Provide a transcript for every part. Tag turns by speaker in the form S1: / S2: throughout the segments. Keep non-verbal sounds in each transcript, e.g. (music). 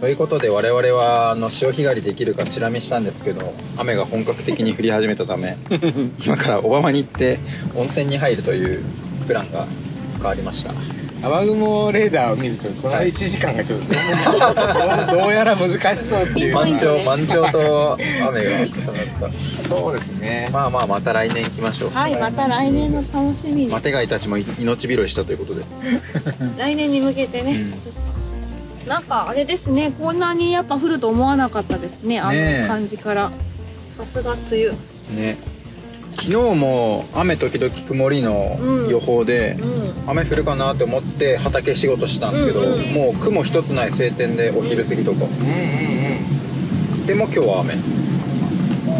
S1: ということで我々はあの潮干狩りできるかチラ見したんですけど雨が本格的に降り始めたた
S2: (laughs)
S1: め今から小浜に行って温泉に入るというプランが変わりました
S3: 雨雲レーダーを見るとこの
S1: はい
S3: 1時間がちょっと、どうやら難しそうっていう
S1: 満
S3: か
S2: ピンポイント
S1: 潮満潮と雨が重なっ
S3: そうですね
S1: たまあまあまた来年行きましょう
S2: はい、また来年の楽しみ
S1: マテガイたちも命拾いしたということで
S2: 来年に向けてね、
S1: うん
S2: ちょっとなんかあれですねこんなにやっぱ降ると思わなかったですねあ
S1: ねえ
S2: の感じからさすが梅雨
S1: ね昨日も雨時々曇りの予報で、
S2: うん
S1: 雨降るかなって思って畑仕事したんですけど、
S2: うんうん
S1: もう雲一つない晴天でお昼過ぎとか
S3: うんうんうん
S1: でも今日は雨
S2: こ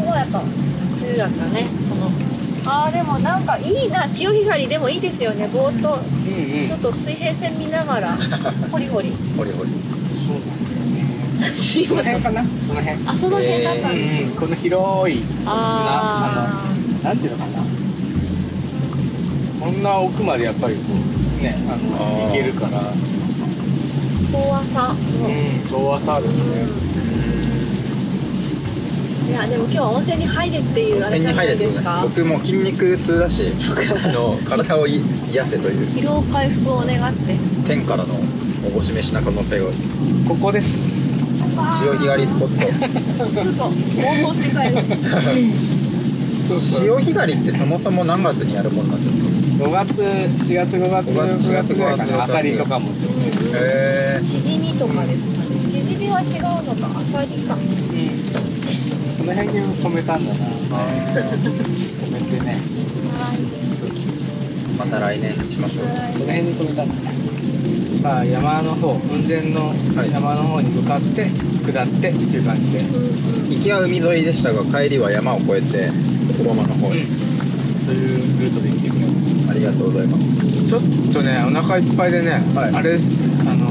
S2: こはやっぱ梅雨だったねこのあーでもなんかいいな潮干狩りでもいいですよねぼーっと
S3: うんうん
S2: ちょっと水平線見ながらホリホリ
S1: ほりほり
S3: そうなんだよね
S2: すい
S3: この
S2: ません
S3: 辺かなその辺
S2: あその辺だったんです、
S3: うんうんこの広いこの砂あ
S2: あ
S3: のなんていうのかなこんな奥までやっぱりこうねあの
S1: あー
S3: 行けるから
S2: ー怖さも
S3: うん遠浅ですね
S2: いやでも今日は温泉に入れってい
S1: 温
S2: うあれ
S1: 泉
S2: じ
S1: に
S2: ゃな
S1: 入れ
S2: い
S1: て
S2: で
S1: る
S2: す
S1: ね
S2: か
S1: 僕もう筋肉痛だし
S2: そうか
S1: あの体をい癒せという
S2: 疲労回復を願って
S1: 天からのおぼし飯な可能性がある
S3: ここです
S1: 潮干狩りスポッ
S2: ちょっと妄想して帰る
S3: そう
S1: ト
S3: そう
S1: 潮干狩りってそもそも何月にやるもんなんです
S3: 5月4月5月
S1: 五月
S3: 6月ぐらいか
S1: 五月
S3: なアサリとかも
S1: かへ
S2: しじみとかですかねしじみは違うのかアサリか
S3: この辺に止めたんだな止めてねそうそうそう
S1: また来年にしましょう
S3: この辺に止めたんだねさあ山の方雲仙の山の方に向かって下ってっていう感じで、
S1: 行きは海沿いでしたが帰りは山を越えて小浜の方へ、
S3: そういうルートで行ってみよう
S1: ありがとうございます
S3: ちょっとねお腹いっぱいでね、
S1: はい
S3: あれですあの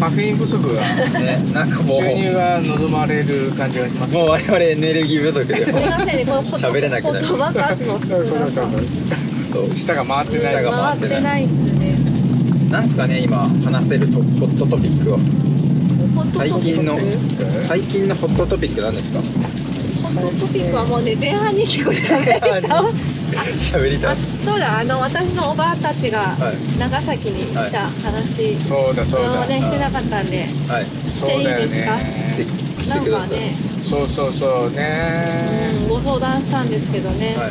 S3: カフェイン不足が
S1: ね (laughs) なんかもう
S3: 収入が望まれる感じがします
S1: もう我々エネルギー不足
S2: (laughs)
S1: で、
S2: すみませんねこのこと
S1: 喋れなくなる
S2: 言葉数の少なさ
S1: そう
S3: 舌が回ってない
S1: 舌が
S2: 回ってないっすね
S1: なんですかね、今話せるとホットトピックは。
S2: ホット
S1: 最
S2: トピ
S1: 近の
S2: ック、
S1: 最近のホットトピックなんですか。
S2: ホットトピックはもうね前半に結構喋 (laughs) れた
S1: 喋りた
S2: あ
S1: い。
S2: そうだあの私のおばあたちが
S1: はい、
S2: 長崎に来た話、
S3: そうだそう
S2: を
S3: だ
S2: ねしてなかったんで
S1: はい、
S3: そうだよね
S1: して、し
S2: な
S1: て
S2: ん
S1: くだ
S2: か
S1: さい。
S2: ね、
S3: そうそうそうね
S2: うん、ご相談したんですけどね、
S1: はい、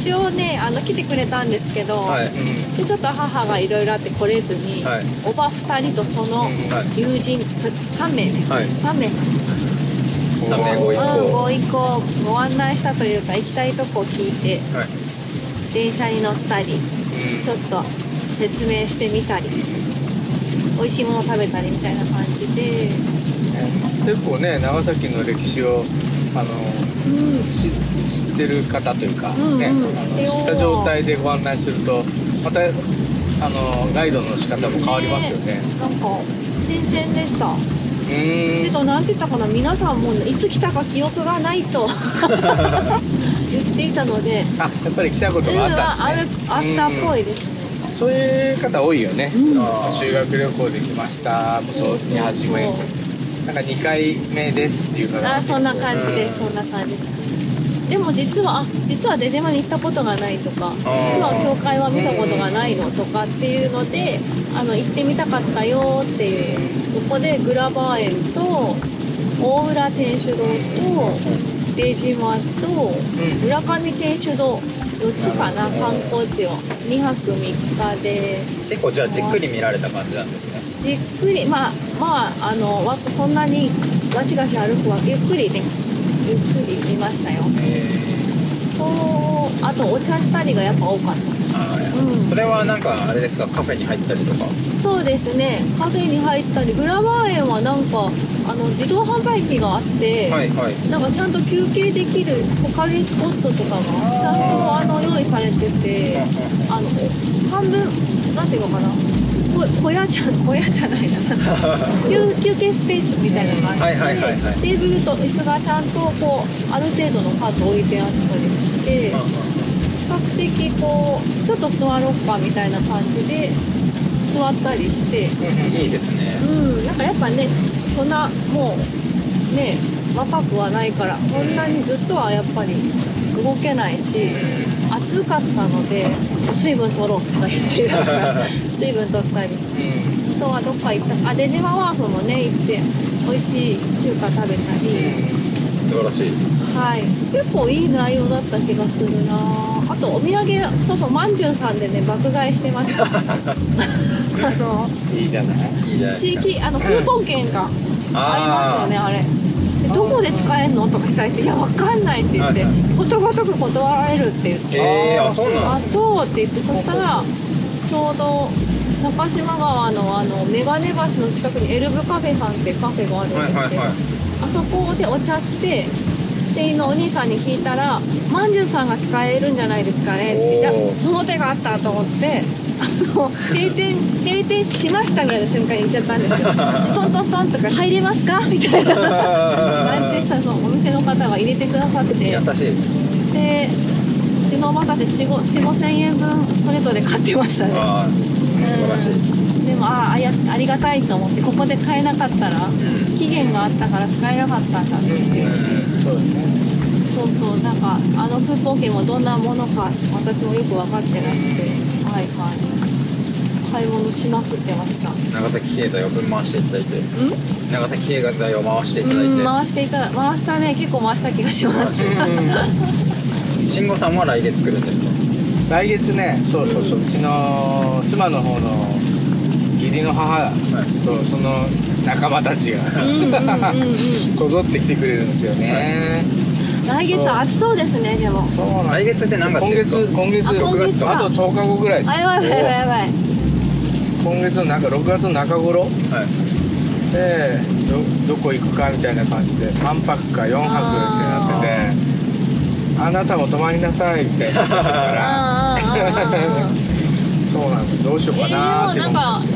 S2: 一応ねあの来てくれたんですけど、
S1: はい、
S3: う
S2: でちょっと母がいろいろあって来れずに、
S1: はい、
S2: おば2人とその
S3: ん
S1: はい、
S2: 友人3名です、
S1: はい
S2: 3名さん
S1: ダメご一行
S2: うん、ご一行ご案内したというか行きたいとこ聞いて
S1: はい、
S2: 電車に乗ったりちょっと説明してみたり美味しいもの食べたりみたいな感じで、
S3: 結構ね長崎の歴史をあの
S2: うん、
S3: し知ってる方というか、
S2: うんうん
S3: ねあの知
S2: 一応
S3: った状態でご案内するとまたあのガイドの仕方も変わりますよね
S2: なんか新鮮でした。け
S3: うーん
S2: どなんて言ったかな皆さんもいつ来たか記憶がないと (laughs) 言っていたので、
S3: あやっぱり来たことがあった
S2: あ
S3: んで
S2: る
S3: すね
S2: あったっぽいですね。
S3: そういう方多いよね
S2: うん
S1: あー
S3: 修学旅行で来ましたもうそうに始めなんか2回目ですっていう方が
S2: あーそんな感じです、
S1: う
S2: そんな感じです。でも実はあ実は出島に行ったことがないとか。
S1: あー
S2: 実は教会は見たことがないのとかっていうのであの行ってみたかったよっていうここでグラバー園と大浦天主堂と出島と
S3: うん
S2: 村上天主堂4つかな
S1: なるほ
S2: 観
S1: ど
S2: 光地を2泊3日で
S1: 結構じゃあじっくり見られた感じなんですね。
S2: じっくりまあまああのわそんなにガシガシ歩くわけゆっくりねゆっくり見ましたよそうあとお茶したりがやっぱ多かった
S1: はい
S2: うん
S1: それはなんかあれですか、カフェに入ったりとか。
S2: そうですねカフェに入ったりグラバー園はなんかあの自動販売機があって、
S1: はい、はい。
S2: なんかちゃんと休憩できる木陰スポットとかがちゃんとあの用意されててあの半分なんていうのかなこ小屋じゃ小屋じゃな
S1: (laughs)
S2: いな休休憩スペースみたいな感じで、
S1: はいはいはいはい
S2: テーブルと椅子がちゃんとこうある程度の数置いてあったりして。比較的こうちょっと座ろっかみたいな感じで座ったりして
S3: うんうん
S1: いいですね
S2: う。んなんかやっぱねそんなもうね若くはないからこんなにずっとはやっぱり動けないし暑かったので水分取ろうとか言
S1: (laughs)
S2: ってだから水分取ったりあとはどっか行ったあ出島ワーフもね行って美味しい中華食べたり、
S1: 素晴らしい
S2: はい結構いい内容だった気がするなあとお土産そうそうまんじゅうさんでね爆買いしてました
S1: (laughs)
S2: あの
S3: いいじゃない
S1: いいじゃない
S2: 地
S1: ですか
S2: 域あのクーポン券がありますよねあれで
S3: あー
S2: どこで使えんのとか聞かれて「いやわかんない」って言って
S1: はいはい
S2: ことごとく断られるって言って
S1: えー、あそうなん
S2: あ
S1: です
S2: そうって言ってそしたらちょうど中島川のあのメガネ橋の近くにエルブカフェさんってカフェがあるんです
S1: はい
S2: けど、
S1: はいはい
S2: あそこでお茶して店員のお兄さんに聞いたら「まんじゅうさんが使えるんじゃないですかね」って
S1: おー
S2: いやその手があったと思ってあの閉店閉店しましたぐらいの瞬間に行っちゃったん
S1: (laughs)
S2: ですよトントントンとか「入れますか?」みたいな感じでしたらそのお店の方が入れてくださって
S1: 優しい
S2: でうちのおばたち4 5 5千円分それぞれ買ってましたね
S1: ああ素晴らしい、
S2: うんでもあーあやありがたいと思ってここで買えなかったら期限があったから使えなかったんだってって、
S3: そうだね
S2: そうそうなんかあのクーポン券もどんなものか私もよく分かってなくて、はいはい買い物しまくってましたうん
S1: 長崎経済をぶん回していただいて長崎経済を回していただい
S2: うん
S1: て
S2: 回していただ回したね結構回した気がします
S1: 回
S3: うん
S1: 慎吾さんは来月来るんですか
S3: 来月ねそうそうそううちの妻の方の義理の母
S1: はい
S3: とその仲間たちが
S2: うんうんうんうん
S3: こぞって来てくれるんですよね、
S2: 来月は暑そうですねでも
S3: そうなん
S1: 来月って何月
S3: 今
S1: ですか
S3: 月今月
S2: あ今月か
S3: あと10日後ぐらいです
S2: あやばいやばいやばいやばい
S3: 今月の中6月の中頃
S1: はい
S3: でどどこ行くかみたいな感じで3泊か4泊ってなっててあなたも泊まりなさいみたいになっちゃったか
S2: あ (laughs)
S3: ら
S2: あああああ
S3: そうなんですどうしようかなーって思ってますよ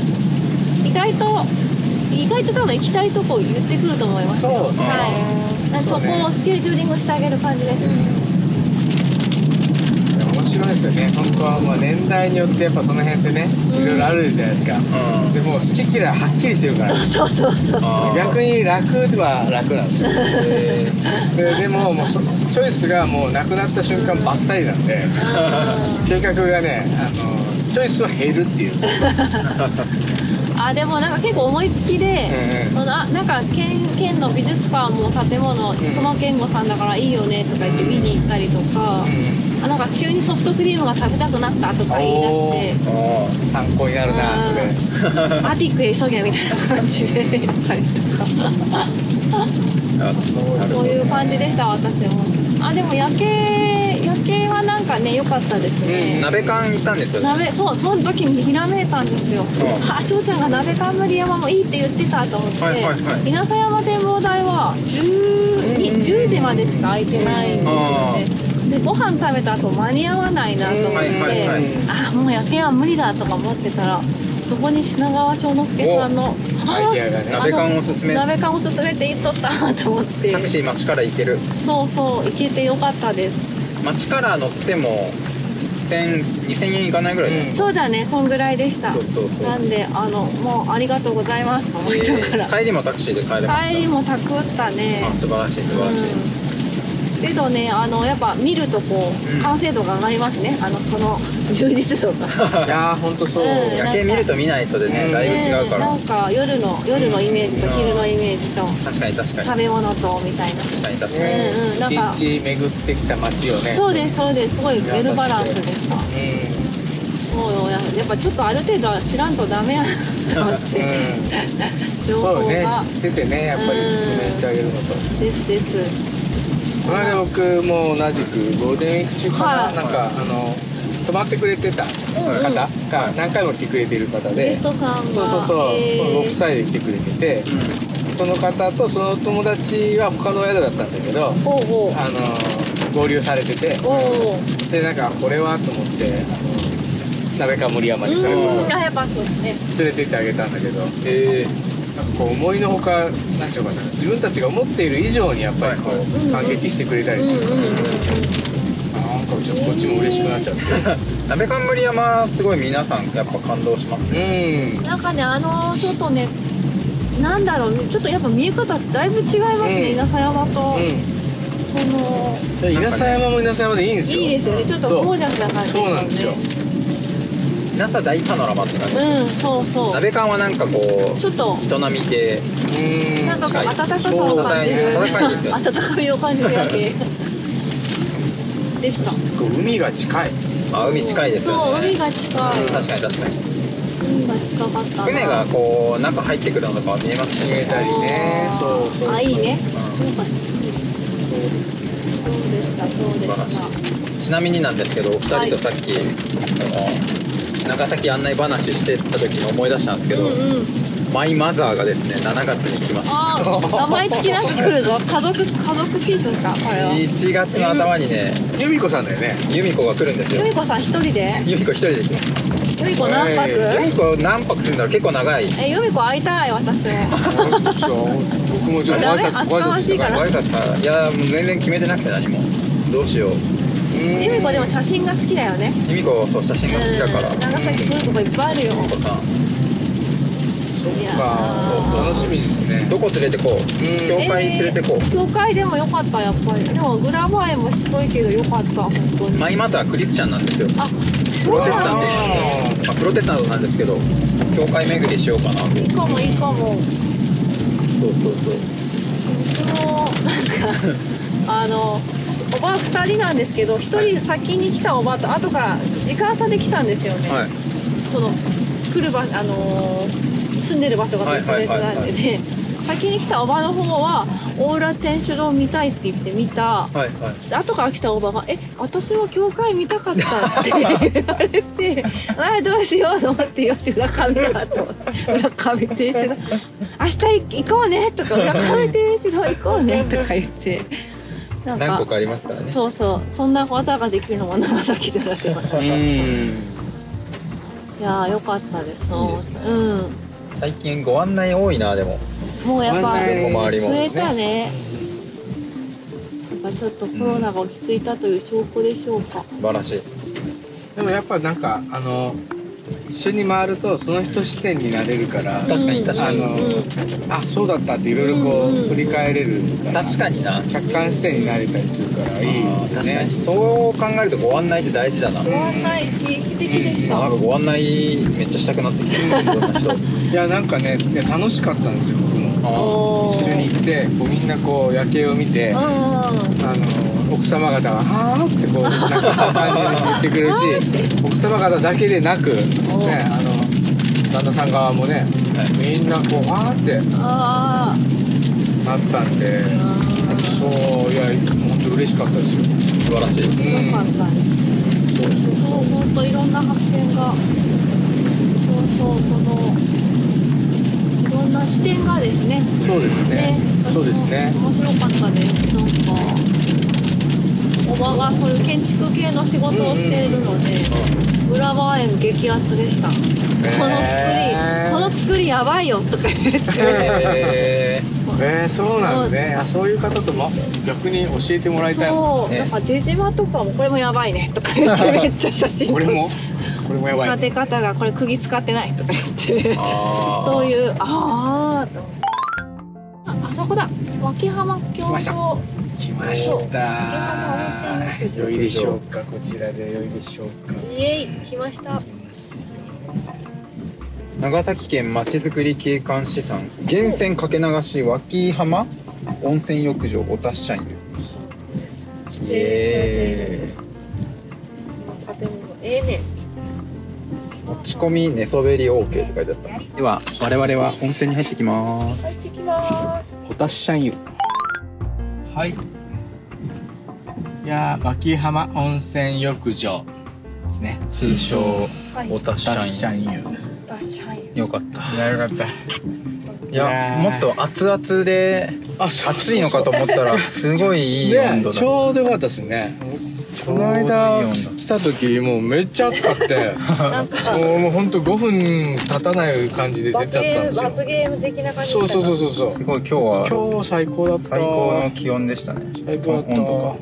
S2: 意外と意外と多分行きたいとこ言ってくると思います
S3: そ
S2: よ
S3: うね
S2: はいだからそ
S3: そうね
S2: こをスケジューリングしてあげる感じです、
S3: うんいや面白いですよね本当はまあ年代によってやっぱその辺ってね
S2: うん
S3: いろいろあるじゃないですか
S1: うん
S3: でもう好き嫌いはっきりしてるから
S2: そうそうそうそう
S1: あー
S3: 逆に楽は楽なん
S2: (laughs)
S3: ですよ
S1: え
S3: ででももうそチョイスがもうなくなった瞬間バッサリなんで
S2: うん
S3: 計画がねあのチョイスは減るっていう、
S2: あでもなんか結構思いつきで、
S3: うん
S2: そのあなんか県県の美術館も建物
S3: ん
S2: 隈研吾さんだからいいよねとか言って見に行ったりとか、あなんか急にソフトクリームが食べたくなったとか言い出し
S1: ー、
S2: て
S1: あ
S3: うん参考になるなそ
S2: (laughs)
S3: れ
S2: アティックへ急げみたいな感じで行ったりとか
S1: ーあそうなる
S2: そ
S1: ほ
S2: う
S1: ど
S2: いう感じでした私もあでも夜景夜景はなんかね良かったですね、
S1: 鍋缶行ったんですよね
S2: 鍋そうその時にひらめいたんですよ、
S1: ん
S2: あ翔ちゃんが鍋冠山もいいって言ってたと思って、
S1: はいはいはい
S2: 稲佐山展望台は12 10時までしか空いてないんですよねでご飯食べた後間に合わないなと思って、
S1: はいはいはい
S2: あもう夜景は無理だとか思ってたらそこに品川庄之助さんの
S3: アイデアが
S2: あ
S1: 鍋
S3: ね
S1: 缶おすすめ
S2: 鍋缶おすすめって言っとったと思って
S1: タクシー町から行ける
S2: そうそう行けてよかったです
S1: 町から乗っても1000 2000円いかないぐらいです、
S2: そうだねそんぐらいでした
S1: そうそうそう
S2: なんであのもうありがとうございますと思いながら、
S1: 帰りもタクシーで帰れました
S2: 帰りもたくったね
S1: あ素晴らしい素晴らしい、
S2: うんけどねあのやっぱ見るとこう、
S1: うん
S2: 完成度が上がりますねあのその充実度が
S3: いやーほんとそう、
S2: うん
S1: 夜景見ると見ないとでね、
S3: うん
S1: だいぶ違うから、
S2: ねなんか夜の夜のイメージと
S1: うん
S2: 昼のイメージと
S1: 確かに確かに
S2: 食べ物とみたいな、
S1: 確かに確かに、
S3: ね
S2: うんうんなんか
S3: 一日巡ってきた街をね
S2: そうですそうですすごいウェルバランスでした
S3: う
S2: もうややっぱちょっとある程度は知らんとダメやなと思って、
S3: ん、うん、そう
S2: 情報
S3: ね
S2: が
S3: 知っててねやっぱり
S2: うん
S3: 説明してあげるのと
S2: ですです
S3: この間僕も同じくゴールデンウィーク中かな、
S2: はい
S3: なんかあの泊まってくれてた方
S2: うんうん
S3: が何回も来てくれてる方で、
S2: ゲストさんが
S3: そうそうそう、
S2: えー
S3: ご夫妻で来てくれててその方とその友達は他の宿だったんだけど
S2: ほうほ
S3: あの合流されてて
S2: うおう
S3: でなんかこれはと思ってあの鍋か森山にそれこ
S2: うんあやっぱそうですね
S3: そ連れてってあげたんだけど
S1: え
S3: なんかこう思いのほかなんていうのかな自分たちが思っている以上にやっぱりこ
S1: はい
S2: はいう
S3: 感激してくれた
S2: うん
S3: り
S2: う
S3: と
S2: ん
S3: か、
S2: うんうん
S3: なんかちょっとこっちも嬉しくなっちゃって。
S1: ー、鍋冠山すごい皆さんやっぱ感動しますね
S3: うん。
S2: なんかねあのちょっとねなんだろうちょっとやっぱ見え方だいぶ違いますね、
S3: うん
S2: 稲佐山と、
S3: う
S2: その
S3: んで稲佐山も稲佐山でいいんですよ
S2: いいですよねちょっとゴージャスな感じです
S3: そ
S2: よね
S3: うなんですよ
S1: 皆さん大パノラマって感じ、
S2: うんそうそう
S1: 鍋缶はなんかこ
S2: ちょっと
S1: う営み系
S3: うん
S2: なんかこ
S1: 近
S2: う
S1: い
S2: 温かさを感じる
S1: そう温かいですよね
S2: 温かみを感じるだけでした
S3: こう海が近い
S1: あ海近いですよね
S2: そう海が近い
S1: 確かに確かに
S2: 海が近かったな
S1: 船がこう中入ってくるのとかは見えますし
S3: 見えたりねそうそう
S2: あいいね
S1: う
S2: よかっ
S3: そ
S2: た
S3: うですね
S2: そうでしたそうで
S1: 素晴ら
S2: し
S1: ちなみになんですけどお
S2: は
S1: 二
S2: い
S1: 人とさっき、あの長崎案内話してた時に思い出したんですけ
S2: た
S1: ど、
S2: うんうん
S1: マイマザーがですね7月に来ました
S2: あー名前付きなく来るぞ家族家族シーズンかこれは
S1: 1月の頭にね
S3: 由美子さんだよね
S1: 由美子が来るんですよ
S2: よいこさん一人で
S1: 由美子一人で来ます
S2: よいこ何泊
S3: え
S1: 由美子何泊するんだろう結構長い
S2: えよいこ会いたい私も
S3: 僕もちょっと
S2: ダ
S3: 挨
S2: メ
S3: 拶
S2: 厚かましい
S1: ご
S2: か
S1: 挨
S2: ら
S1: 拶からいやもう全然決めてなくて何もどうしよう
S2: ゆ
S3: 由
S2: みこでも写真が好きだよね
S1: 由美子そう写真が好きだから
S2: うん長崎来るとこいっぱいあるよ
S1: 由美子さん
S3: そっ
S2: いや
S3: か
S2: ー
S3: そうそう楽しみですね
S1: どこ連れてこう
S3: うん
S1: 教会連れてこう
S2: 教会でもよかったやっぱりでもグラバー園もしつこいけどよかった本当に
S1: マイマザークリスチャンなんですよ
S2: あ
S1: プ
S2: そう
S1: ロテス
S2: な
S1: タント
S2: んだね
S1: まあ、プロテスタントなんですけど教会巡りしようかなと
S2: いいかもいいかも
S1: そうそうそう
S2: うちもなんかあのおば2人なんですけど1人先に来たおばと後から時間差で来たんですよね、
S1: はい
S2: その来る場あのー住んでる場所が別々
S1: はいはい
S2: な
S1: はい
S2: ん
S1: は
S2: で
S1: い
S2: で先に来たおばの方はオーラ天主堂見たいって言って見た
S1: はいはい
S2: 後から来たおばが「え私は教会見たかった」って言われて (laughs) 「あどうしよう」と思って「よし浦上だ」と「浦上天主堂 (laughs) 明日行こうね」とか「浦上天主堂行こうね」とか言ってなん
S1: 何
S2: か
S1: 個かありますからね
S2: そうそうそんな技ができるのも (laughs) 長崎だなって思って
S3: うん
S2: いやーよかったです
S1: いいですね
S2: うん
S1: 最近ご案内多いなでも
S2: もうやっぱ
S3: ご案内
S1: お周りも
S2: 増えたね。やっぱちょっとコロナが落ち着いたという証拠でしょうか。
S1: 素晴らしい
S3: でもやっぱなんかあの一緒に回るとその人視点になれるから
S1: 確かに確かに
S3: あのあそうだったっていろいろこ
S2: うんうんう
S3: うん振り返れるから
S1: 確かにな
S3: 客観視点になれたりするからいいよ
S1: あー確か
S3: ね
S1: にそう考えるとご案内って大事だな、
S3: うん
S2: 変わんないし、素敵でし
S1: な
S2: た
S1: んか。ご案内めっちゃしたくなってきてるいろんな人
S3: いやなんかねいや楽しかったんですよ僕も
S1: あ
S2: おー
S3: 一緒に行ってこうみんなこう夜景を見て
S2: うん
S3: あ
S2: うん。
S3: の奥様方は「はあ」ってこうなんか感じで言ってくれるし奥様方だけでなく
S2: お
S3: ねあの旦那さん側もね
S1: ー
S3: みんなこう「わあ」って
S2: あ
S3: なったんで
S2: ーあー。
S3: そういや本当嬉しかったですよ
S1: 素晴らしいです
S2: すごかったです。
S3: そう
S2: そう、ほんといろんな発見が。そうそう、その。いろんな視点がですね。
S3: そうですねそうですね
S2: 面白かったです。なんか。おばがそういう建築系の仕事をしているので。裏側園激アツでした。この作
S3: へー
S2: り、この作りやばいよとか言って。
S1: え
S3: えー、そうなんだねあそういう方とも逆に教えてもらいたいも
S2: そう、
S1: ね
S2: なんか出島とかもこれもやばいねとか
S3: (laughs)
S2: 言ってめっちゃ写真
S3: んこれもこれもやばい
S2: 立
S3: ね
S2: て方がこれ釘使ってないとか言って
S1: ー、あー
S2: そういうあーとああそこだ脇浜
S3: 来
S2: 競
S3: ました
S2: 争
S3: 来ました
S2: そう
S3: 良いでしょうかこちらで良いでしょうか
S2: イエイ来ました
S1: 長崎県まちづくり景観資産源泉かけ流し脇浜温泉浴場おたし社員
S2: 指
S1: イ
S2: 定
S1: エ
S2: さ
S1: ー
S2: れている建物ええね
S1: イ持ち込み寝そべり OK って書いてあったでは我々は温泉に入ってきまーす
S2: 入ってきます
S3: お達しゃんよはいいやー脇浜温泉浴場ですね
S1: 通称
S2: はい
S1: おたし
S3: 達しゃ
S1: 社員
S3: んよ
S2: ダッシャイン
S1: よかった
S3: いやよかった
S1: いやもっと熱々で
S3: あそう
S1: 暑いのかと思 (laughs) ったらすごいいい温
S3: ね
S1: 度だ
S3: ちょうどよかったですねこの間来た時もうめっちゃ暑か (laughs) って
S2: なんか
S3: もうもうほんと5分経たない感じで出ちゃったんですよ
S2: ゲーム的な感
S3: そうそうそうそうそう
S1: すごい今日は
S3: 今日最高だった
S1: 最高の気温でしたね
S3: 最高だった
S1: 温度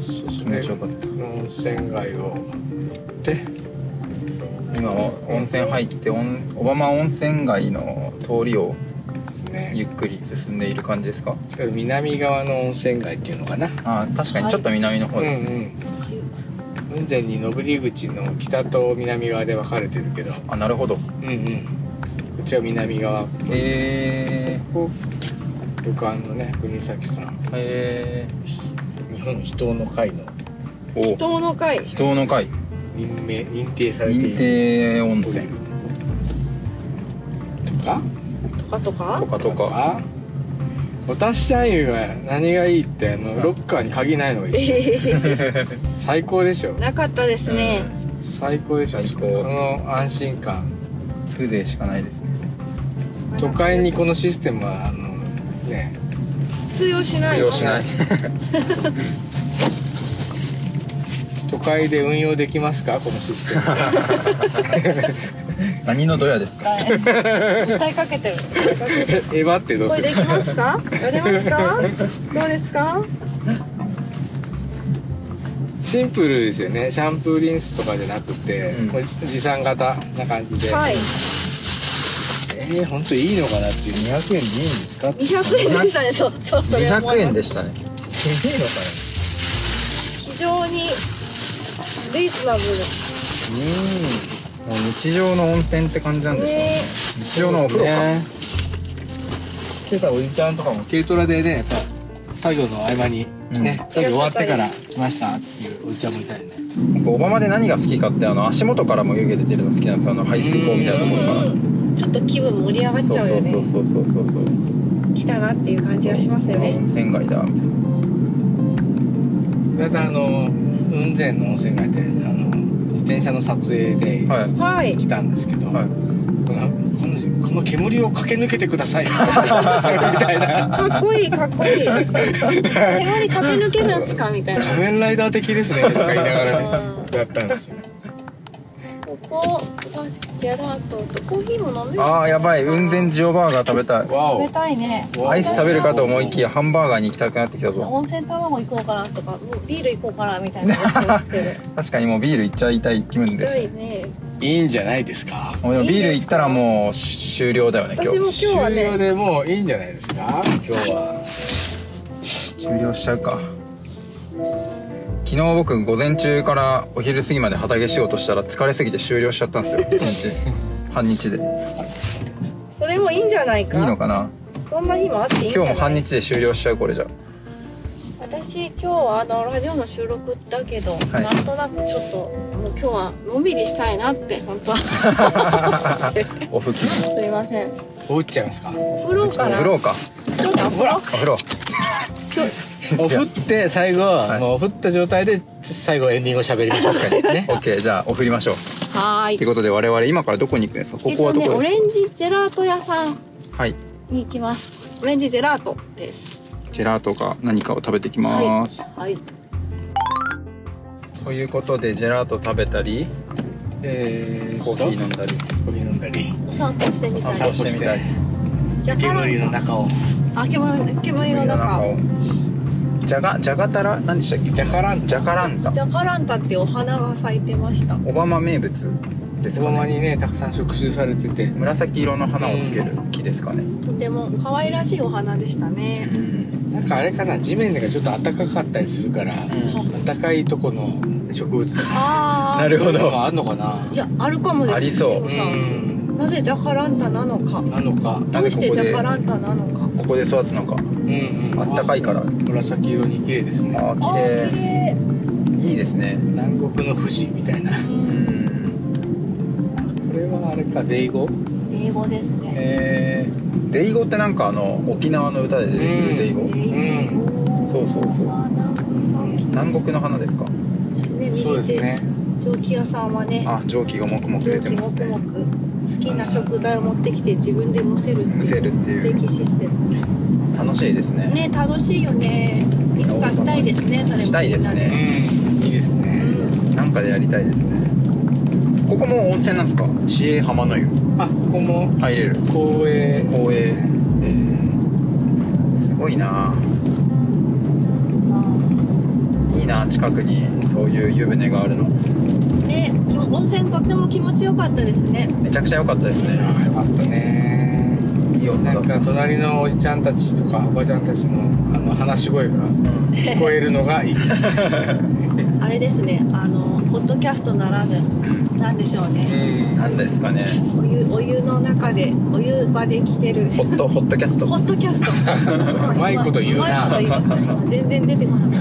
S3: そうそう
S1: が気持ちよかった
S3: 温泉街をで
S1: 今は温泉入って温小浜温泉街の通りを
S3: ですね
S1: ゆっくり進んでいる感じですか
S3: 南側の温泉街っていうのかな
S1: あー確かにちょっと南の方ですね、
S3: んうん雲仙に上り口の北と南側で分かれてるけど
S1: あなるほど
S3: うんうんうちは南側
S1: へ
S3: ここ旅館のね国崎さん
S1: ーへ
S3: 日本秘湯の会の
S1: ーお
S2: 人の会
S1: 秘湯の会
S3: 任命認定されている
S1: 認定温泉
S3: とか
S2: とか
S1: と
S2: とか
S1: かとか
S3: おたしちゃん湯は何がいいってあのロッカーに鍵ないの (laughs) がいいし最高でしょ
S2: なかったですね、
S3: 最高でしょ
S1: 最高
S3: この安心感
S1: 風情しかないですね
S3: 都会にこのシステムはあのね
S2: 通用しない
S1: 通用しない
S3: 都会で運用できますかこのシス (laughs) テム
S1: (laughs) 何のドヤですか
S2: (laughs) 訴えかけてる
S3: エヴァってどう
S2: こ
S3: す
S2: れで
S3: る
S2: きますかやれますかどうですか
S3: シンプルですよねシャンプーリンスとかじゃなくて、
S1: うん
S3: これ持参型な感じで、
S2: はい
S3: えー、本当いいのかなっていう200円でいいんですかって
S2: 200円でしたねそうそうそれ思
S1: 200
S2: い
S1: 円
S2: ます
S1: でしたね
S3: いいのかな
S2: 非常にリーズナブ
S1: うんもう日常の温泉って感じなん
S2: ル
S1: でしょうね
S2: ね
S1: 日常のお風呂か
S3: ね
S1: 今朝おじちゃんとかも
S3: 軽トラでねやっぱ作業の合間にね、
S1: う
S3: 作業終わってから来ましたっていうおじちゃんもいたよね
S1: 小浜で何が好きかってあの足元からも湯気出てるの好きなんですよあの排水溝みたいなところから
S2: うんちょっと気分盛り上がっちゃうよね
S1: そうそうそうそうそうそう
S2: 来たなっていう感じがしますよ
S1: あ
S2: ね
S1: 温泉街だみたいな
S3: またあの雲仙の温泉街であの自転車の撮影で
S1: はい
S2: はい
S3: 来たんですけど、
S1: はい
S3: このこのこの煙を駆け抜けてくだ
S1: (laughs)
S3: さいみたいな
S2: かっこいいかっこいい煙駆け抜けるんすかみたいな
S3: 仮面ライダー的ですねとか言いながらね
S2: うん
S3: やったんですよ
S2: ここがジェラートとコーヒーも飲んでる
S1: あーやばい雲仙塩バーガー食べたい
S3: わ
S2: 食べたいね
S1: アイス食べるかと思いきやハンバーガーに行きたくなってきたぞ
S2: 温泉卵行こうかなとかもうビール行こうかなみたいな思ってます
S1: (laughs)
S2: けど
S1: 確かにもうビール行っちゃいたい気分
S2: ひ
S1: です
S2: どい
S1: ね
S2: ね
S3: いいんじゃないですか
S1: もうでもビール行ったらもう終了だよね今
S2: 私も
S1: 日
S2: 今日は
S3: 終了
S2: ね
S3: でもういいんじゃないですか今日は
S1: 終了しちゃうか昨日僕午前中からお昼過ぎまで畑仕事したら疲れすぎて終了しちゃったんですよ一日半日でい
S2: それもいいんじゃないか
S1: いのかな
S2: そんな日もあっていいんじゃ
S1: 今
S2: な
S1: 日
S2: い
S1: も半日で終了しちゃうこれじゃ
S2: 私今日はあのラジオの収録だけど、
S1: はい
S2: なんとなくちょっともう今日はのんびりしたいなって本当は
S1: おふき
S2: すいません
S3: おうっちゃ (laughs) いますか
S2: お風呂
S1: お
S2: から
S1: 風呂か
S2: ちょっとお風呂
S1: お風呂
S2: (laughs)
S3: お振って最後、
S1: い
S3: もう振った状態で最後エンディングを喋りましょう確かにね
S1: オッケーじゃあお振りましょう
S2: はー
S1: という
S2: い
S1: ことで我々今からどこに行くんですかここはど
S2: えっと
S1: こ
S2: ねオ
S1: です
S2: レンジジェラート屋さん
S1: かはい
S2: に行きますオレンジジェラートです
S1: ジェラートか何かを食べてきます、
S2: はい
S1: ということでジェラート食べたり
S3: (laughs) えー
S1: コーヒー飲んだり
S3: コーヒー飲んだり
S2: お散歩してみた
S1: お
S2: い
S1: 散歩してみたい
S2: じゃが
S3: 煙の中を
S2: あ煙煙の中
S1: じゃがじゃがたら何でしたっけ
S3: ジャカラン
S1: ジャカランタ
S2: ジャカランタっていうお花が咲いてました
S1: オバマ名物です
S3: そ
S1: か
S3: のま
S1: ね
S3: にねたくさん触手されてて
S1: 紫色の花をつける木ですかね、
S2: とても可愛らしいお花でしたね
S3: なんかあれかな地面がちょっと暖かかったりするから、暖かいとこの植物 (laughs) とか
S2: あ
S1: なるほ
S3: そういうの
S1: ど
S3: があんのかない
S2: やあるかもです
S1: ありそう
S2: でもさなぜジャカランタなのか
S3: なのか
S2: どうしてジャカランタなのか
S1: ここで育つのか
S3: うんうん
S1: あったかいから
S3: 紫色に綺麗ですね
S1: ああ
S2: あ
S1: 綺
S2: ー綺
S1: 麗
S2: 麗
S1: いいですね
S3: 南国の富士みたいなこ
S1: うん
S3: れはあれかデイゴ
S2: 英語ですね
S1: えー、デイゴってなんかあの沖縄の歌で出てくるデイゴ
S3: ん
S1: そうそうそう
S2: う
S1: 南国の花ですか
S2: ね
S3: そうで
S2: 右
S3: す
S2: 手
S3: ね
S2: 蒸気屋さんはね
S1: あ蒸気がもくもく出て
S2: 蒸気
S1: ま
S2: も
S1: す
S2: くも
S1: ね
S2: く好きな食材を持ってきて自分で蒸せる
S1: むせるって
S2: 素
S1: いう
S2: 敵システム
S1: 楽しいですね
S2: ね楽しいよねいつかしたいですねそれも
S1: したいですね
S2: みんな
S3: うんいいですね
S2: うん
S1: なんかでやりたいですねここも温泉なんですか市営浜の湯
S3: あここも
S1: 入れる
S3: 公営
S1: 公営、えー、すごいなあいいなあ近くにそういう湯船があるの
S2: ね、きも温泉とっても気持ちよかったですね。
S1: めちゃくちゃ良かったですね
S3: ああよかったね
S1: いい音
S3: なん
S1: だっ
S3: か
S1: た
S3: 隣のおじちゃんたちとかおばちゃんたちのあの話し声が聞こえるのがいいですね
S2: あれですね、あのポッドキャストならぬ、なんでしょうね。
S1: なんですかね
S2: お湯お湯の中でお湯場で聞ける。
S1: ホットホットキャスト
S2: ホットキャスト。
S3: (laughs) うまいこと言うな
S2: うまいこと言いました今全然出てこ
S3: (laughs)
S2: なかった。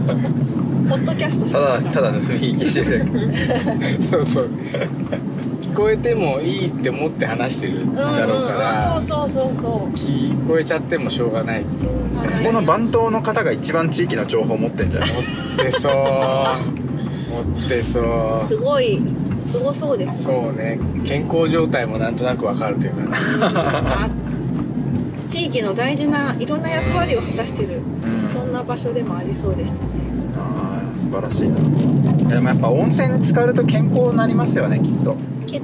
S2: ホットキャスト。
S1: ただただ盗み聞きしてるだけ
S3: (laughs) そうそう聞こえてもいいって思って話してるんだろうから、
S2: うんうんうん、そうそうそうそ
S3: 聞こえちゃってもしょうが (laughs) ないう
S2: しょうがない。
S1: そこの番頭の方が一番地域の情報を持ってんじゃない
S3: 持ってそう持ってそ
S2: すごいすごそうで
S3: う
S2: す。
S3: そうね健康状態もなんとなくわかるというかね
S2: あ地域の大事ないろんな役割を果たしてる、そんな場所でもありそうでしたね
S1: あー素晴らしいなでもやっぱ温泉に浸かると健康になりますよねきっと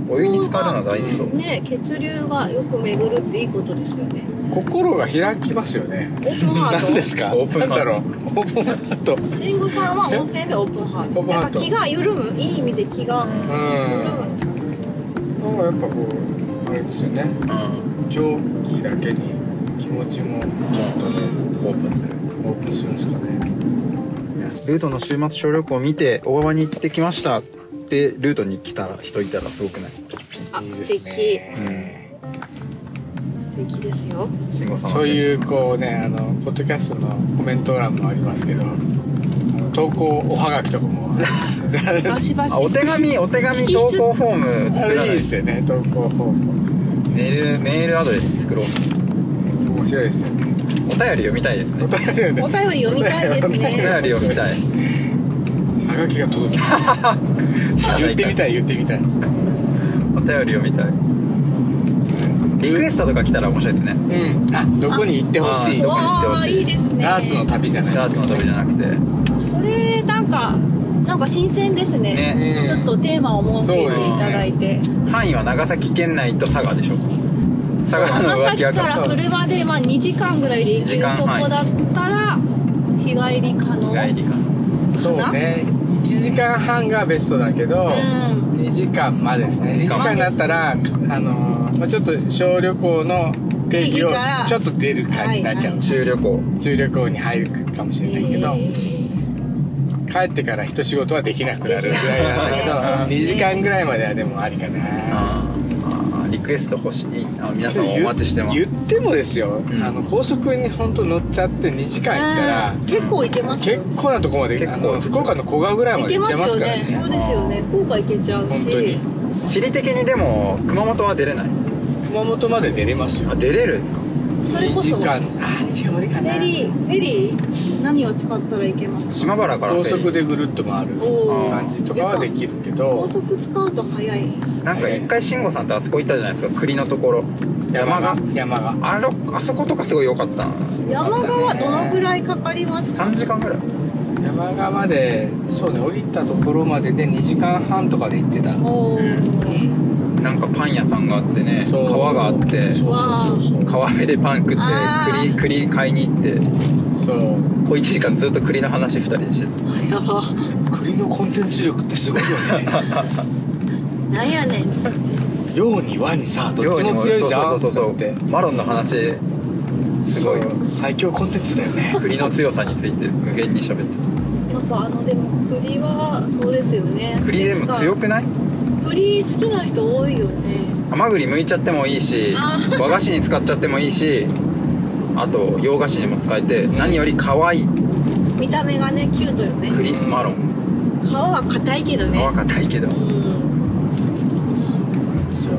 S1: お湯に浸かるの大事そう
S2: ね血流がよく巡るっていいことですよね
S3: 心が開きますよね
S2: オープンハ
S1: (laughs)
S2: ー
S3: 何で
S2: ト
S3: すか
S1: オープン
S3: な
S1: ハート
S3: んだろうオープンハート
S2: 慎吾さんは温泉でオープンハー
S3: オー
S2: ト
S3: プン
S2: や
S3: ハ
S2: っ
S3: ー
S2: ぱ
S3: ト
S2: 気が緩むいい意味で気が
S1: う
S3: うん
S1: ん
S2: 緩
S3: なんかやっぱこうあれですよね
S1: うん
S3: 蒸気だけに気持ちもちょっとね
S1: オープンする
S3: オープンするんですかね
S1: ルートの週末小旅行を見て小浜に行ってきましたってルートに来たら人いたらすごくないですか
S2: あ
S3: いいで
S2: 素
S3: す
S2: 敵
S3: ね
S2: 素敵ですよ
S1: 慎吾さんは
S3: そういうこうねあのポッドキャストのコメント欄もありますけどあの投稿おはがきとかもあれ
S2: バシバシ
S1: あお手紙お手
S2: 直
S1: 紙
S2: 筆
S1: 投稿フォーム
S3: あ
S1: 作ら
S3: れい
S1: ない
S3: で
S1: い
S3: すよね投稿方法
S1: メールメールアドレス作ろう
S3: 面白いですよね
S1: お便り読みたいですね
S3: (laughs)
S2: お便り読みたいです
S1: お便
S2: ね
S1: り読みたい
S3: はがきが届きます言ってみたい言ってみたい
S1: お便り読みたいリクエストとか来たら面白いですね
S3: うんあどこに行ってほしい
S1: あ
S2: わあいいですね
S3: ダーツの旅じゃないで
S1: ダー
S3: す
S1: ツの
S3: か
S1: 旅じゃなくて
S2: それなんかなんか新鮮ですね
S1: ね
S3: うん
S2: ちょっとテーマを設けていただいて、
S1: 範囲は長崎県内と佐賀でしょ佐賀の
S2: 長
S1: 浮
S2: 崎
S1: 気
S2: か
S1: 赤
S2: ら車でまあ2時間ぐらいで行けるとこだったら日帰り可能
S1: 帰りか
S3: そうね1時間半がベストだけど、
S2: うん
S3: 2時間までですね2時間になったら、あのーまあ、ちょっと小旅行の定義を
S2: 定義から
S3: ちょっと出る感じになっちゃう、
S2: は
S1: 中旅行
S3: 中旅行に入るかもしれないけど、帰ってから一仕事はできなくなるぐらいなんだけど
S2: そうそう
S3: 2時間ぐらいまではでもありかな
S1: あーあーリクエスト欲しいあ皆さんお待ちしてます
S3: 言ってもですよ、
S1: ん
S3: あの高速に本当乗っちゃって2時間行ったら、
S2: うん結構行けます
S3: 結
S2: よ
S3: 構なとこまで
S1: 結構
S3: あの福岡の小川ぐらい
S2: 行
S3: まで
S2: け
S3: 行っ
S2: ま
S3: ちゃ
S2: す
S3: います
S2: よ
S3: からね
S2: ねそうですよね福岡行けちゃう
S3: 本
S2: し
S3: 当に
S1: 地理的にでも熊本は出れない
S3: 熊本まで出れますよ
S1: あ出れるんですか
S2: それこそ
S3: 2時間ああ2時間無理か
S2: フ
S3: な
S2: ェリーフェリー何を使ったらいけますか
S1: 島原からフェ
S3: 高
S1: リー
S3: 速でぐるっと回る
S2: お
S1: ー
S3: 感じとかはできるけ
S2: 高
S3: ど
S2: 速使うと早い
S1: なんか一回慎吾さんってあそこ行ったじゃないですか栗のところ山が
S3: 山が
S1: あろあそことかすごい良かったな
S2: 山側はどのぐ
S3: い
S2: らいかかりますか
S1: 3時間ぐらい
S3: 山側までそうね降りたところまでで2時間半とかで行ってた
S2: おお、
S1: なんかパン屋さんがあってね
S3: そう
S1: 川があって
S3: そうそうそうそう
S1: 川辺でパン食って
S2: あー
S1: 栗栗買いに行って
S3: そう
S1: 小1時間ずっと栗の話2人でして
S2: やば
S3: 栗のコンテンツ力ってすごいよね (laughs)
S2: なんやねんつって
S3: 陽に和にさ
S1: た
S3: どっちも強いじゃん
S1: そうそうそう
S3: っ
S1: そう
S3: て
S1: マロンの話すごい
S3: そう最強コンテンツだよね
S1: 栗の強さについて無限に喋って
S2: やっぱあのでも栗はそうですよね
S1: た栗でも強くない
S2: 栗好きな人多いよね
S1: ハマグリ剥いちゃってもいいし
S2: あー
S1: 和菓子に使っちゃってもいいしあと洋菓子にも使えて何より可愛い
S2: 見た目がねキュートよね
S1: 栗マロン
S2: 皮は硬いけどね
S1: 皮硬いけど
S2: うん
S3: そう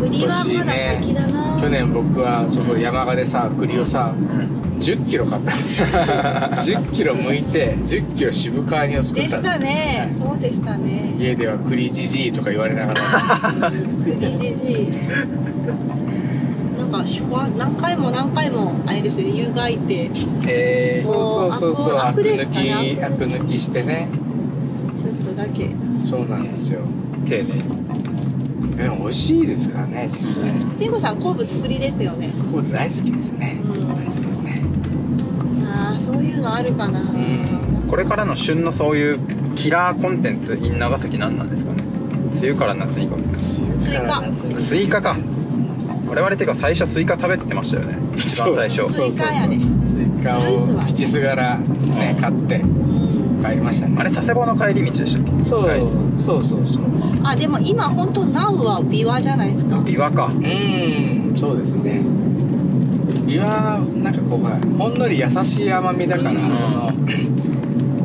S2: 栗はまだ先だな、
S3: 去年僕はそこ山鹿でさ栗をさ10キロ買ったん (laughs) ですよ10キロ剥いて10キロ渋皮煮を作
S2: で
S3: った
S2: し
S3: んです
S2: た
S3: よ
S2: ねそうでしたね
S3: 家では栗じじいとか言われなが (laughs) ら
S2: 栗じじいなんかしょわ何回も何回もあれですよね湯がいてちょ
S1: へー
S3: そうそうそうそう
S2: ア
S3: ア
S2: ク
S3: ク
S2: です
S3: 抜
S2: かね
S3: きアク抜きしてね
S2: っとだけ
S3: そうなんですよ
S1: 丁寧に
S3: でも美味しいですからね実際
S2: 慎吾さん好物栗ですよね
S3: コーツ大好きですね
S2: うん
S3: 大好きですね
S2: ああそういうのあるかな、
S3: ん
S1: これからの旬のそういうキラーコンテンツ in 長崎何なんですかね梅雨から夏にかけて
S2: スイカ
S1: スイカか我々てか最初スイカ食べてましたよね一番最
S3: そう
S1: 初
S3: そう
S2: スイカやで
S3: スイカ
S2: フルーツ
S3: を
S2: は
S3: 道すがらね買って
S2: うん
S3: 帰りましたね
S1: あれ佐世保の帰り道でしたっけ
S3: そう、
S1: はい
S3: そうそうそう
S2: あでも今本当ナウは琵琶じゃないですか
S1: 琵琶か
S3: うんそうですねいやーなんかこうほらほんのり優しい甘みだから、
S1: うん
S3: その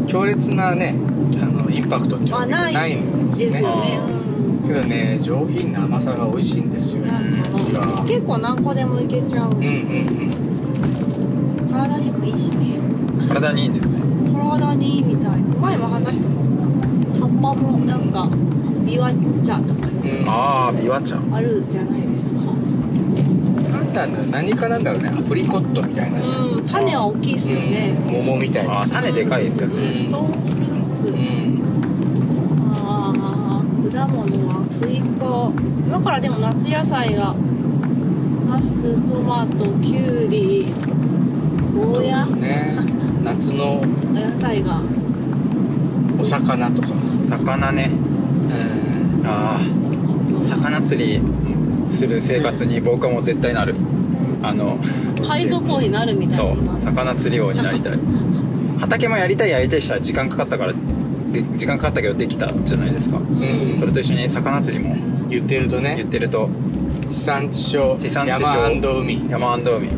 S3: 強烈なねあのインパクトっていうの
S2: あ
S3: は
S2: ない
S3: ないんですよ
S2: で
S3: ね
S2: すよねうん
S3: けどね上品な甘さが美味しいんですよ、
S2: なるほ
S3: いや
S2: ど
S3: ー
S2: 結構何個でもいけちゃう
S3: うんうん
S2: 体にもいいしね
S1: 体にいいんですね
S2: 体にいいみたい前も話したかも葉っぱもなんかビワ茶とか
S3: うんうんあ
S1: ああ琵琶茶
S2: あるじゃないですか
S3: なんだろう何かなんだろうねアプリコットみたいなさ、
S2: うん種は大きいですよね
S3: うん桃みたい
S1: あー
S3: なさ
S1: 種でかいですよ
S2: う
S1: ね
S2: んストーンフル
S3: う
S2: ーツ
S3: ん
S2: ああ果物はスイカ今からでも夏野菜がナストマトキュウリゴーヤ
S3: ね夏の
S2: 野菜が
S3: お魚とか
S1: 魚ね
S3: うん
S1: ああ魚釣りする生活に僕はもう絶対なるあの
S2: 海賊王になるみたい
S1: そ
S2: な
S1: う魚釣り王になりたい畑もやりたいやりたいしたら時間かかったからで時間かかったけどできたじゃないですか
S3: うん
S1: それと一緒に魚釣りも
S3: 言ってるとね
S1: 言ってると
S3: 地産地消
S1: 地産地消
S3: 山海
S1: 山海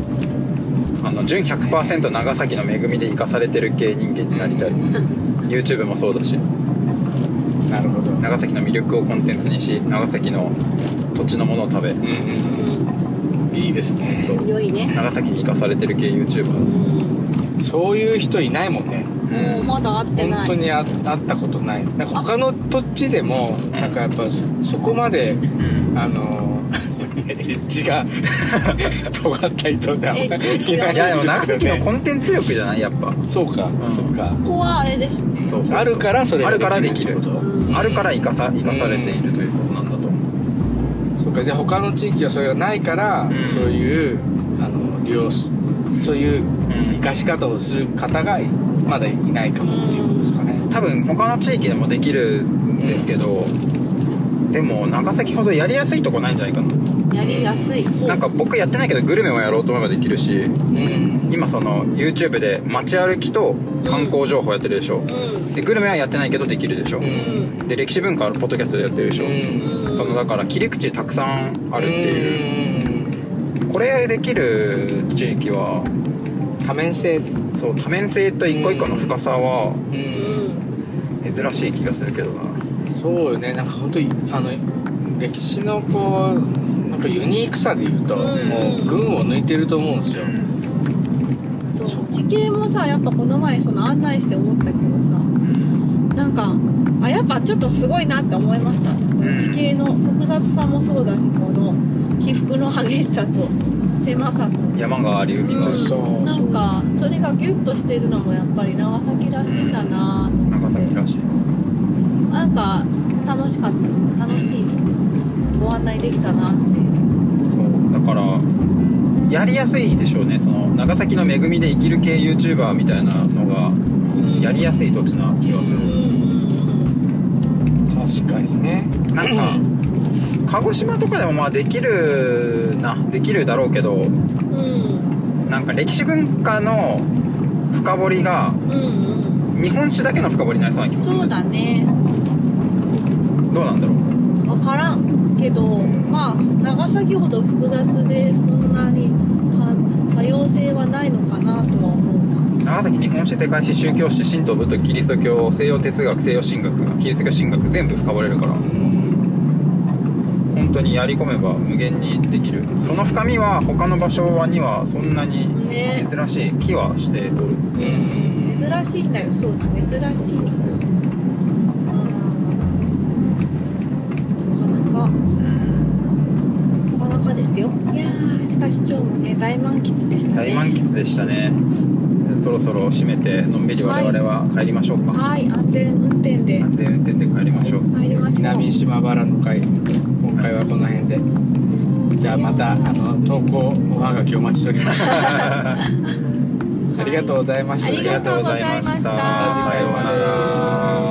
S1: あの純100%長崎の恵みで生かされてる系人間になり
S3: (laughs)
S1: たい YouTube もそうだし
S3: なるほど
S1: 長崎の魅力をコンテンツにし長崎の土地のものを食べ
S3: うんうんいいですね
S1: そう
S2: うん良いね
S1: 長崎に生かされてる系 YouTuber
S2: うん
S3: そういう人いないもんね
S2: もうまだ会って
S3: 本
S2: ない
S3: 当にあ会ったことないなんか他の土地でもなんかやっぱそこまで
S1: (laughs)
S3: あのエッジが尖った人であんまりいない
S2: エッジが
S1: いやでも長崎の
S3: ね
S1: コンテンツ力じゃないやっぱ
S3: そうか、
S1: ん
S3: そっか
S2: ここはあれですね
S1: そうそう
S3: あるからそれが
S1: あるからでき
S3: って
S1: る
S3: こと
S2: うん
S1: あるから生かさ生かされているということなんだと思う
S3: そっかじゃあ他の地域はそれがないから、
S1: ん
S3: そういうあの利用すそういう生かし方をする方がまだいないかもっていうことですかね、
S1: 多分他の地域でもできるんですけど、でも長崎ほどやりやすいとこないんじゃないかな
S2: やりやすい
S1: なんか僕やってないけどグルメもやろうと思えばできるし
S3: うん
S1: 今その YouTube で街歩きと観光情報やってるでしょ、
S2: う
S1: でグルメはやってないけどできるでしょ、
S3: うん
S2: ん
S1: で歴史文化はポッドキャストでやってるでしょ、
S3: うん
S1: そのだから切り口たくさんあるっていう、
S3: うん
S1: これできる地域は
S3: 多面性
S1: そう多面性と一個一個の深さは
S3: う
S2: うんん
S1: 珍しい気がするけどな
S3: そうよねなんか本当にあの歴史のこうなんかユニークさで言うと、
S2: うん
S3: もう群を抜いてると思うんですよ、
S2: そう地形もさやっぱこの前その案内して思ったけどさなんかあやっぱちょっとすごいなって思いましたその地形の複雑さもそうだしこの起伏の激しさと狭さと
S1: 山があり海があ
S3: う
S1: る
S3: そうそう
S2: なんかそれがギュッとしてるのもやっぱり長崎らしいんだなと
S1: 長
S2: 思って
S1: 崎らしい
S2: なんか楽しかった楽しいご案内できたなって
S1: そうだからやりやすいでしょうねその長崎の恵みで生きる系 YouTuber みたいなのがやりやすい土地な気がす
S2: うん
S1: る、
S3: 確かにね
S1: なんか鹿児島とかでもまあできるなできるだろうけど
S2: うんうん
S1: なんか歴史文化の深掘りが
S2: うんうん
S1: 日本史だけの深掘りになりそうな
S2: う
S1: 気が
S2: ん
S1: する
S2: そうだね
S1: どうなんだろう
S2: 分からんけどまあ長崎ほど複雑でそんなに多多様性はないのかなとは思う
S1: 長崎日本史世界史宗教史神道部とキリスト教西洋哲学西洋神学キリスト教神学全部深掘れるから本当にやり込めば無限にできるその深みは他の場所はにはそんなに
S2: なね
S1: 珍しい気はしておる
S3: うん
S2: 珍しいんだよそうだ珍しいうんなかなかなかなかですよいやーしかし今日もね大満喫でしたね
S1: 大満喫でしたねそろそろ締めてのんびり我々は帰りましょうか、
S2: はい安全運転で
S1: 安全運転で帰りましょう
S2: 入りましょう
S3: 南島原の会今回はこの辺でじゃあまたあの投稿おはがきお待ちしております
S2: (laughs)
S3: ありがとうございました
S2: ありがとうご
S1: ありがとうござ
S2: ざいました
S1: いました
S3: また次回
S1: さようなら